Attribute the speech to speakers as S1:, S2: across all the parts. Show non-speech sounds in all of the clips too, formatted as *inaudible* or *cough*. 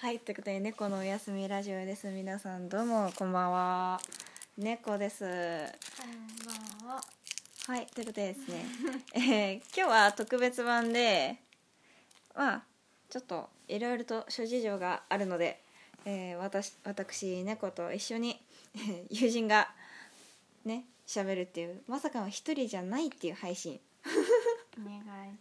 S1: はいということで猫のおやすみラジオです皆さんどうもこんばんは猫ですは
S2: こんばんは。
S1: いということでですね、えー今日は特別版でまあちょっといろいろと諸事情があるので、えー私私猫と一緒にえー友人がね喋るっていうまさかの一人じゃないっていう配信
S2: お願い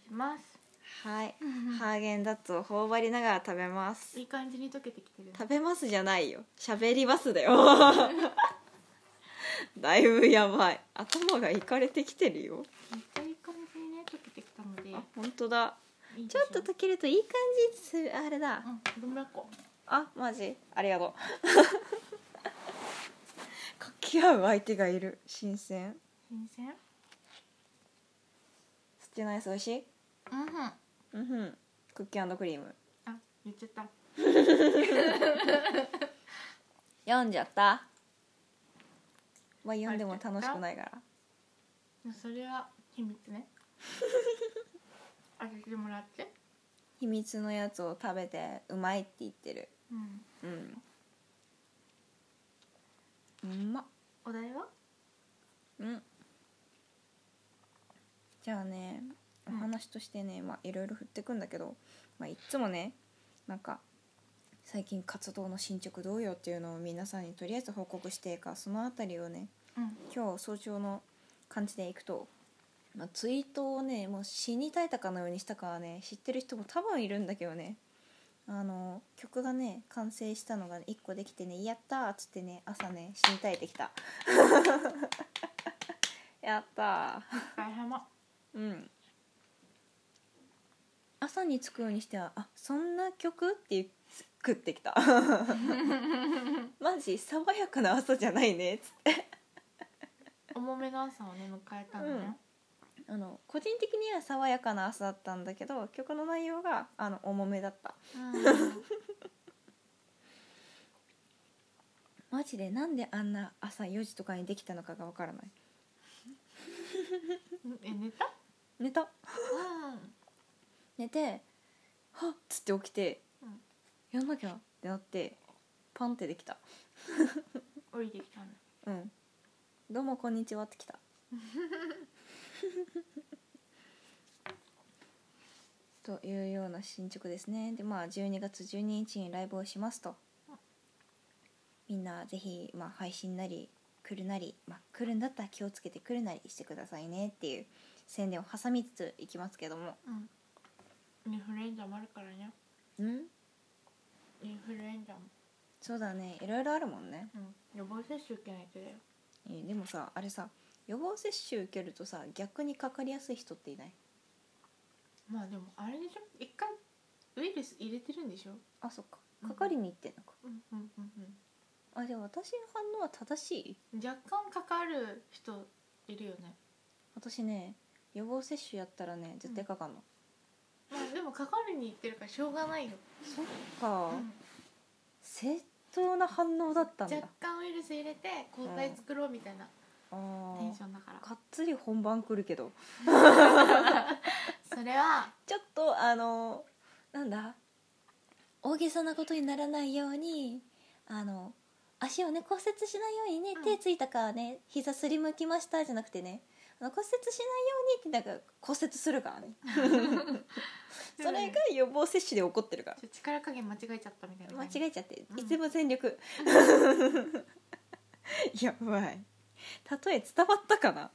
S2: します。
S1: はいハーゲンダッツを頬張りながら食べます
S2: いい感じに溶けてきてる。
S1: 食べますじゃないよ喋りますだよ *laughs* だいぶやばい頭がいかれてきてるよ
S2: めっちゃいい感じにね溶けてきたので。
S1: あ本当だ
S2: いいでし
S1: ちょっと溶けるといい感じするあれだ
S2: うん。どんぶらっこ。
S1: あマジありがとう *laughs* 掛け合う相手がいる新鮮
S2: 新鮮。
S1: スティナイス美味しい
S2: うん。あ、
S1: うんふんクッキークリーム
S2: 言っちゃった。
S1: 読んじゃったまあ読んでも楽しくないから
S2: それは秘密ね。あげてもらって。
S1: 秘密のやつを食べてうまいって言ってる
S2: うん。
S1: うんうんま
S2: お題は？
S1: うんじゃあねお
S2: うん
S1: 話としてね、まあ、いろいろ振ってくんだけど、まあ、いっつもねなんか最近活動の進捗どうよっていうのを皆さんにとりあえず報告していいかそのあたりをね
S2: うん。
S1: 今日早朝の感じでいくと、まあ、ツイートをねもう死に絶えたかのようにしたかはね知ってる人も多分いるんだけどねあの曲がね完成したのが1個できてね「やったー!」っつってね朝ね死に絶えてきた *laughs* やったー
S2: お疲れ様。
S1: うん朝に着くようにしてはあそんな曲って作ってきた *laughs* マジ爽やかな朝じゃないねっつって
S2: 重めの朝をね迎えたのね。
S1: あの個人的には爽やかな朝だったんだけど曲の内容があの重めだった
S2: うん。
S1: マジでなんであんな朝4時とかにできたのかがわからない
S2: え寝た？
S1: 寝た
S2: うん。
S1: 寝てはっつって起きて、
S2: うん
S1: やんなきゃってなってパンってできた
S2: 降りてきたの。
S1: うんどうもこんにちはって *laughs* きたというような進捗ですねでまあ12月12日にライブをしますとみんなぜひ、まあ、配信なり来るなり、まあ、来るんだったら気をつけて来るなりしてくださいねっていう宣伝を挟みつついきますけども
S2: うん。インフルエンザもあるからね。
S1: うん
S2: インフルエンザも。
S1: そうだねいろいろあるもんね
S2: うん。予防接種受けないとだよ。
S1: えーでもさあれさ予防接種受けるとさ逆にかかりやすい人っていない
S2: まあでもあれでしょ一回ウイルス入れてるんでしょ
S1: あそっかかかりに行ってんのか、
S2: うんうんうん
S1: あじゃあ私の反応は正しい
S2: うん若干かかる人いるよね
S1: 私ね予防接種やったらね絶対かかんの、
S2: まあでもかかるにいってるからしょうがないよ、
S1: そっか、
S2: うん
S1: 正当な反応だったんだ
S2: 若干ウイルス入れて抗体作ろうみたいな
S1: あ
S2: テンシ
S1: ー
S2: ョンだから、
S1: かっつり本番来るけど
S2: それは
S1: ちょっとあのなんだ大げさなことにならないようにあの足をね骨折しないようにね、
S2: うん
S1: 手ついたからね膝すりむきましたじゃなくてねあの骨折しないようにってなんか骨折するから *laughs* ね *laughs* それが予防接種で起こってるから
S2: ちょ力加減間違えちゃったみたいな
S1: 間
S2: 感じ
S1: 違えちゃって、
S2: うん
S1: いつも全力やばい例え伝わったか *laughs* な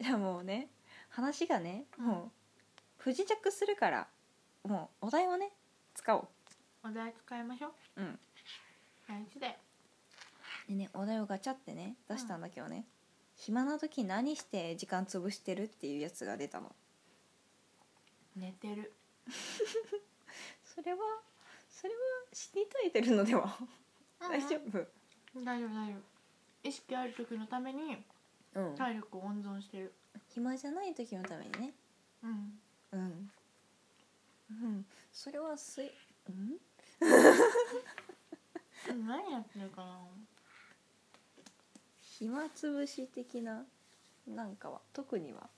S1: じゃあもうね話がねもう不時着するからもうお題をね使お
S2: お題使いましょ
S1: う
S2: う
S1: うん
S2: 大事だよ
S1: でねお題をガチャってね出したんだけどね、暇な時何して時間潰してるっていうやつが出たの
S2: 寝てる
S1: それはそれは死に絶えてるのでは大丈夫
S2: 夫大丈夫大丈夫意識ある時のために
S1: うん
S2: 体力を温存してる
S1: 暇じゃない時のためにね
S2: うん
S1: うん、うん、それはすい、うん、
S2: 何やってるかな
S1: 暇つぶし的ななんかは特には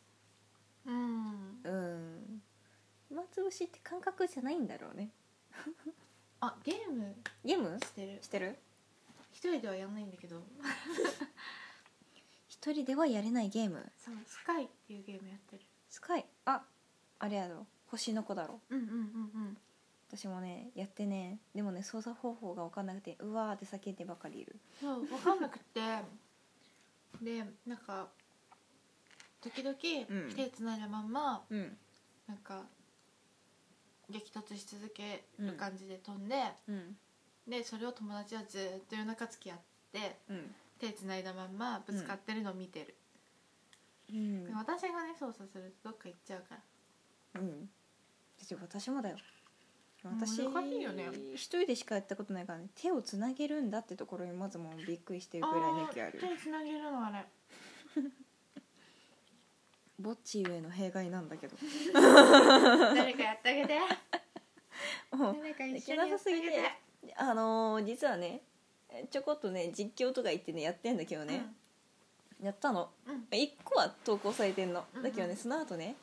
S2: うん
S1: うん暇つぶしって感覚じゃないんだろうね
S2: あゲーム
S1: ゲーム
S2: してる
S1: してる
S2: 一人ではやんないんだけど
S1: 一人ではやれないゲーム
S2: そうスカイっていうゲームやってる
S1: スカイああれやろ星の子だろ
S2: うんうんうんうん
S1: 私もねやってねでもね操作方法が分かんなくてうわーって叫んでばかりいる
S2: そう分かんなくってでなんか時々
S1: うん
S2: 手つないだまんま、
S1: うん
S2: なんか激突し続ける感じで飛んで、
S1: うん
S2: でそれを友達はずっと夜中付き合って
S1: うん
S2: 手つないだまんまぶつかってるのを見てる、
S1: うん
S2: で私がね操作するとどっか行っちゃうから
S1: うんだって私もだよ
S2: ん
S1: 私
S2: 難しいよね
S1: 一人でしかやったことないからね手をつなげるんだってところにまずもうびっくりしてるぐらいの勢いある
S2: あー手つなげるのあれ
S1: ぼっちゆえの弊害なんだけど
S2: 誰かやってあげて
S1: もう
S2: 誰か一緒にやってあげ
S1: *laughs*
S2: て
S1: あのー実はねちょこっとね実況とか言ってねやってんだけどね、やったの
S2: うんうん
S1: 1個は投稿されてんの
S2: うんうん
S1: だけどねその後ね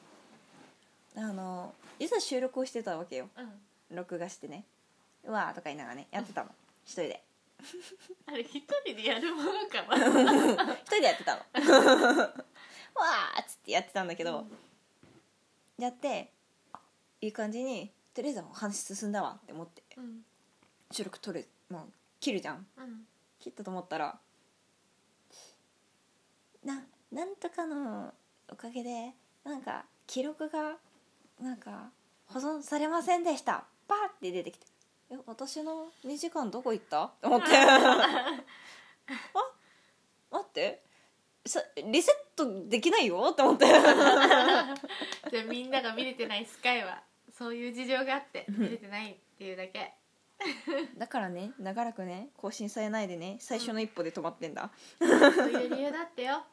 S1: あのー実は収録をしてたわけよ
S2: うん
S1: 録画してねうわーとか言いながらねやってたの一人で
S2: あれ一人でやるものかな
S1: *laughs* 一人でやってたの *laughs* わーっつってやってたんだけど、やってあいい感じにとりあえずはお話進んだわって思って
S2: うん
S1: 収録撮るもう切るじゃん
S2: うん *laughs*
S1: 切ったと思ったらななんとかのおかげでなんか記録がなんか保存されませんでしたバーって出てきて「え私の2時間どこ行った?」と思ってあ待ってさリセットできないよと思って
S2: じゃあみんなが見れてないスカイはそういう事情があって
S1: うん
S2: 見れてないっていうだけ
S1: だからね長らくね更新されないでね最初の一歩で止まってんだ、
S2: そういう理由だってよ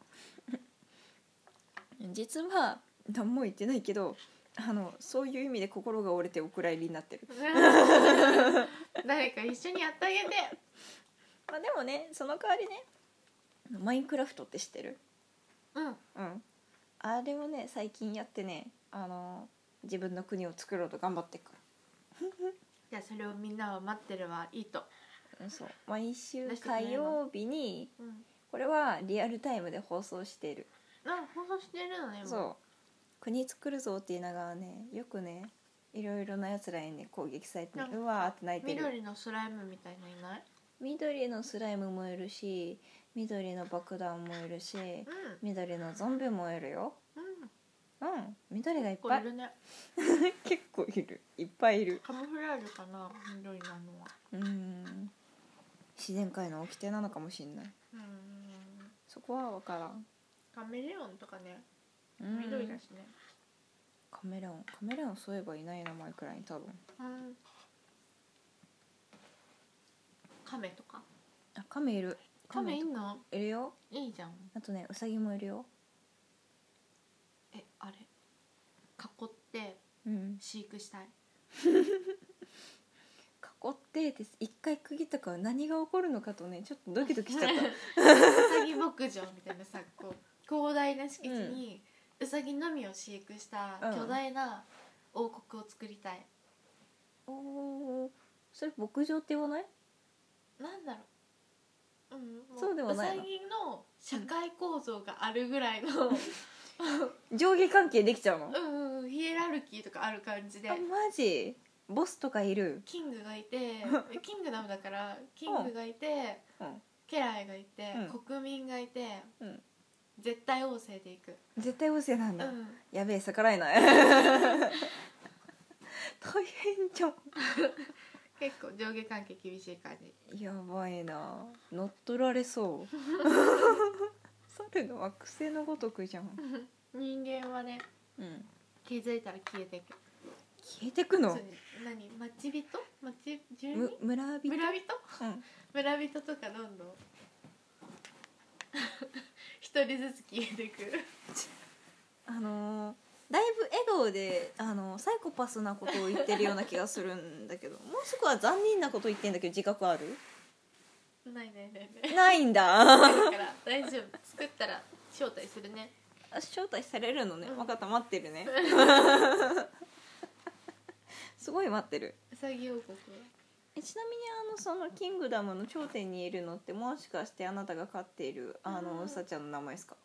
S1: 実は何も言ってないけどあのそういう意味で心が折れてお蔵入りになってる *laughs*
S2: 誰か一緒にやってあげて
S1: まあでもねその代わりねマインクラフトって知ってる
S2: うん
S1: うんあれをね最近やってねあの自分の国を作ろうと頑張ってっか
S2: じゃあそれをみんなは待ってるはいいと、
S1: ら、うん、そう毎週火曜日に
S2: うん、
S1: これはリアルタイムで放送している
S2: あ放送してるのねも
S1: そう国作るぞって言いながらねよくねいろいろなやつらにね攻撃されて、ね
S2: なん、か
S1: うわーって泣いてる
S2: 緑のスライムみたいのいない
S1: 緑のスライムもいるし緑の爆弾もいるし
S2: う
S1: 緑のゾンビもいるよ
S2: んうん
S1: うん緑がいっ
S2: これ
S1: ぱ
S2: い
S1: い
S2: るね
S1: 結構いるいっぱいいる
S2: カモフラージュかな緑なのは
S1: うん自然界の掟なのかもしれない
S2: うん
S1: そこは分からん
S2: カメレオンとかね
S1: うん
S2: 緑だしね
S1: カメレオンカメレオンそういえばいないな前くらいに多分
S2: うんカメとか
S1: あカメいる
S2: カメいんの
S1: いるよ
S2: いいじゃん
S1: あとねウサギもいるよ
S2: えあれ囲って
S1: うん
S2: 飼育したい
S1: 囲ってって一回区切ったから何が起こるのかとねちょっとドキドキ
S2: *laughs*
S1: しちゃっ
S2: う
S1: た
S2: さぎ牧場みたいなさこう広大な敷地にうさぎのみを飼育した
S1: うん
S2: 巨大な王国を作りたい、
S1: おーそれ牧場って言わない
S2: なんだろう、うん、も
S1: そうではないの
S2: うさぎの社会構造があるぐらい *laughs* の
S1: 上下関係できちゃうの
S2: うんうんうんヒエラルキーとかある感じで
S1: あマジボスとかいる
S2: キングが
S1: *laughs*
S2: いてキングダムだからキングがいて、
S1: うん
S2: 家来がいて、
S1: うん
S2: 国民がいて
S1: うん
S2: 絶対王政でいく、
S1: 絶対妖精なん
S2: う
S1: だ、
S2: ん、
S1: やべえ逆らえない *laughs* 大変じゃん
S2: 結構上下関係厳しい感じ
S1: やばいな乗っ取られそう *laughs* 猿のは癖のごとくじゃん、
S2: 人間はね
S1: うん、
S2: 気づいたら消えていく
S1: 消えてくの
S2: そう何町人町住民
S1: む村人、
S2: 村人
S1: うん、
S2: 村人とかどんど *laughs* ん一人ずつ消えてくる
S1: あのーだいぶ笑顔で、あのーサイコパスなことを言ってるような気がするんだけどもうすぐは残忍なこと言ってんだけど自覚あ *laughs* る
S2: ないないないな
S1: *laughs*
S2: い
S1: ないんだ
S2: だから大丈夫作ったら招待するね
S1: 招待されるのね
S2: うん
S1: 分かった待ってるね *laughs* すごい待ってる
S2: うさぎ王国
S1: えちなみにあのそのキングダムの頂点にいるのってもしかしてあなたが飼っているあ
S2: う
S1: の
S2: ん
S1: うさちゃんの名前ですか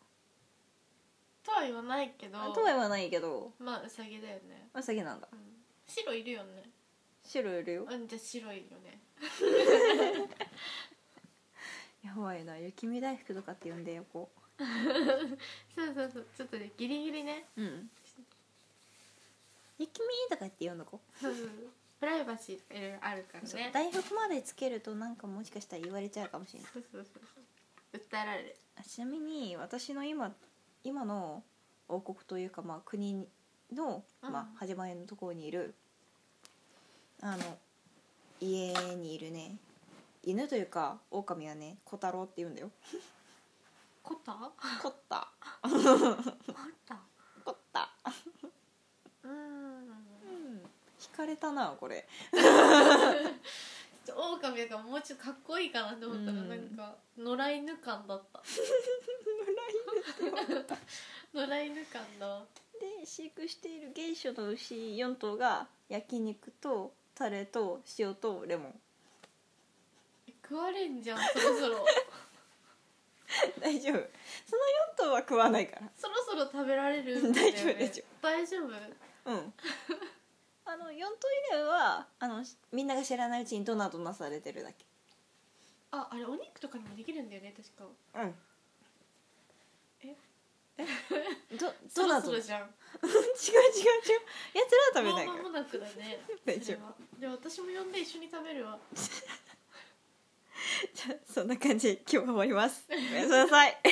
S2: とは言わないけど
S1: とは言わないけど
S2: まあうさぎだよね、
S1: うさぎなんだ
S2: うん、白いるよね
S1: 白いるよ
S2: うんじゃあ白いよね
S1: やばいな雪見大福とかって呼んでよこ
S2: そうそうそうちょっとねギリギリね
S1: ううん雪見とかって呼んどこ
S2: そうそうプライバシーとかいろいろあるから
S1: そう
S2: ね
S1: 大福までつけるとなんかもしかしたら言われちゃうかもしれない
S2: そうそうそうそう訴えられる
S1: あちなみに私の今今の王国というかまあ国の、
S2: うん
S1: まあ、始まりのところにいるあの家にいるね犬というか狼はね小太郎って言
S2: *laughs*
S1: うんだよ
S2: コタコ
S1: コッタ
S2: タ
S1: コッタ
S2: うーん
S1: うん惹かれたなこれ
S2: ちょオオカミだからもうちょっとかっこいいかなと思ったら、
S1: うん
S2: なんか野良犬感だった *laughs* 野良犬感だ
S1: で飼育している原種の牛4頭が焼肉とタレと塩とレモン *laughs*
S2: 食われんじゃんそろそ *laughs* ろ
S1: 大丈夫その4頭は食わないから
S2: そろそろ食べられるん
S1: 大丈夫大丈
S2: 大丈夫
S1: うん
S2: *laughs*
S1: あの4頭以外はあのみんなが知らないうちにドナドナされてるだけ
S2: ああれお肉とかにもできるんだよね確か
S1: うん
S2: え *laughs*
S1: えどド
S2: そろ
S1: ナド
S2: そ
S1: ナ *laughs* 違う違う違う
S2: ろ
S1: や
S2: じゃん
S1: つらは食べ
S2: もう
S1: ないか
S2: 間
S1: ら
S2: もなくだね
S1: *laughs* 大丈夫
S2: それはじゃあ私も呼んで一緒に食べるわ *laughs*
S1: じゃあそんな感じで今日は終わりますおやすみなさい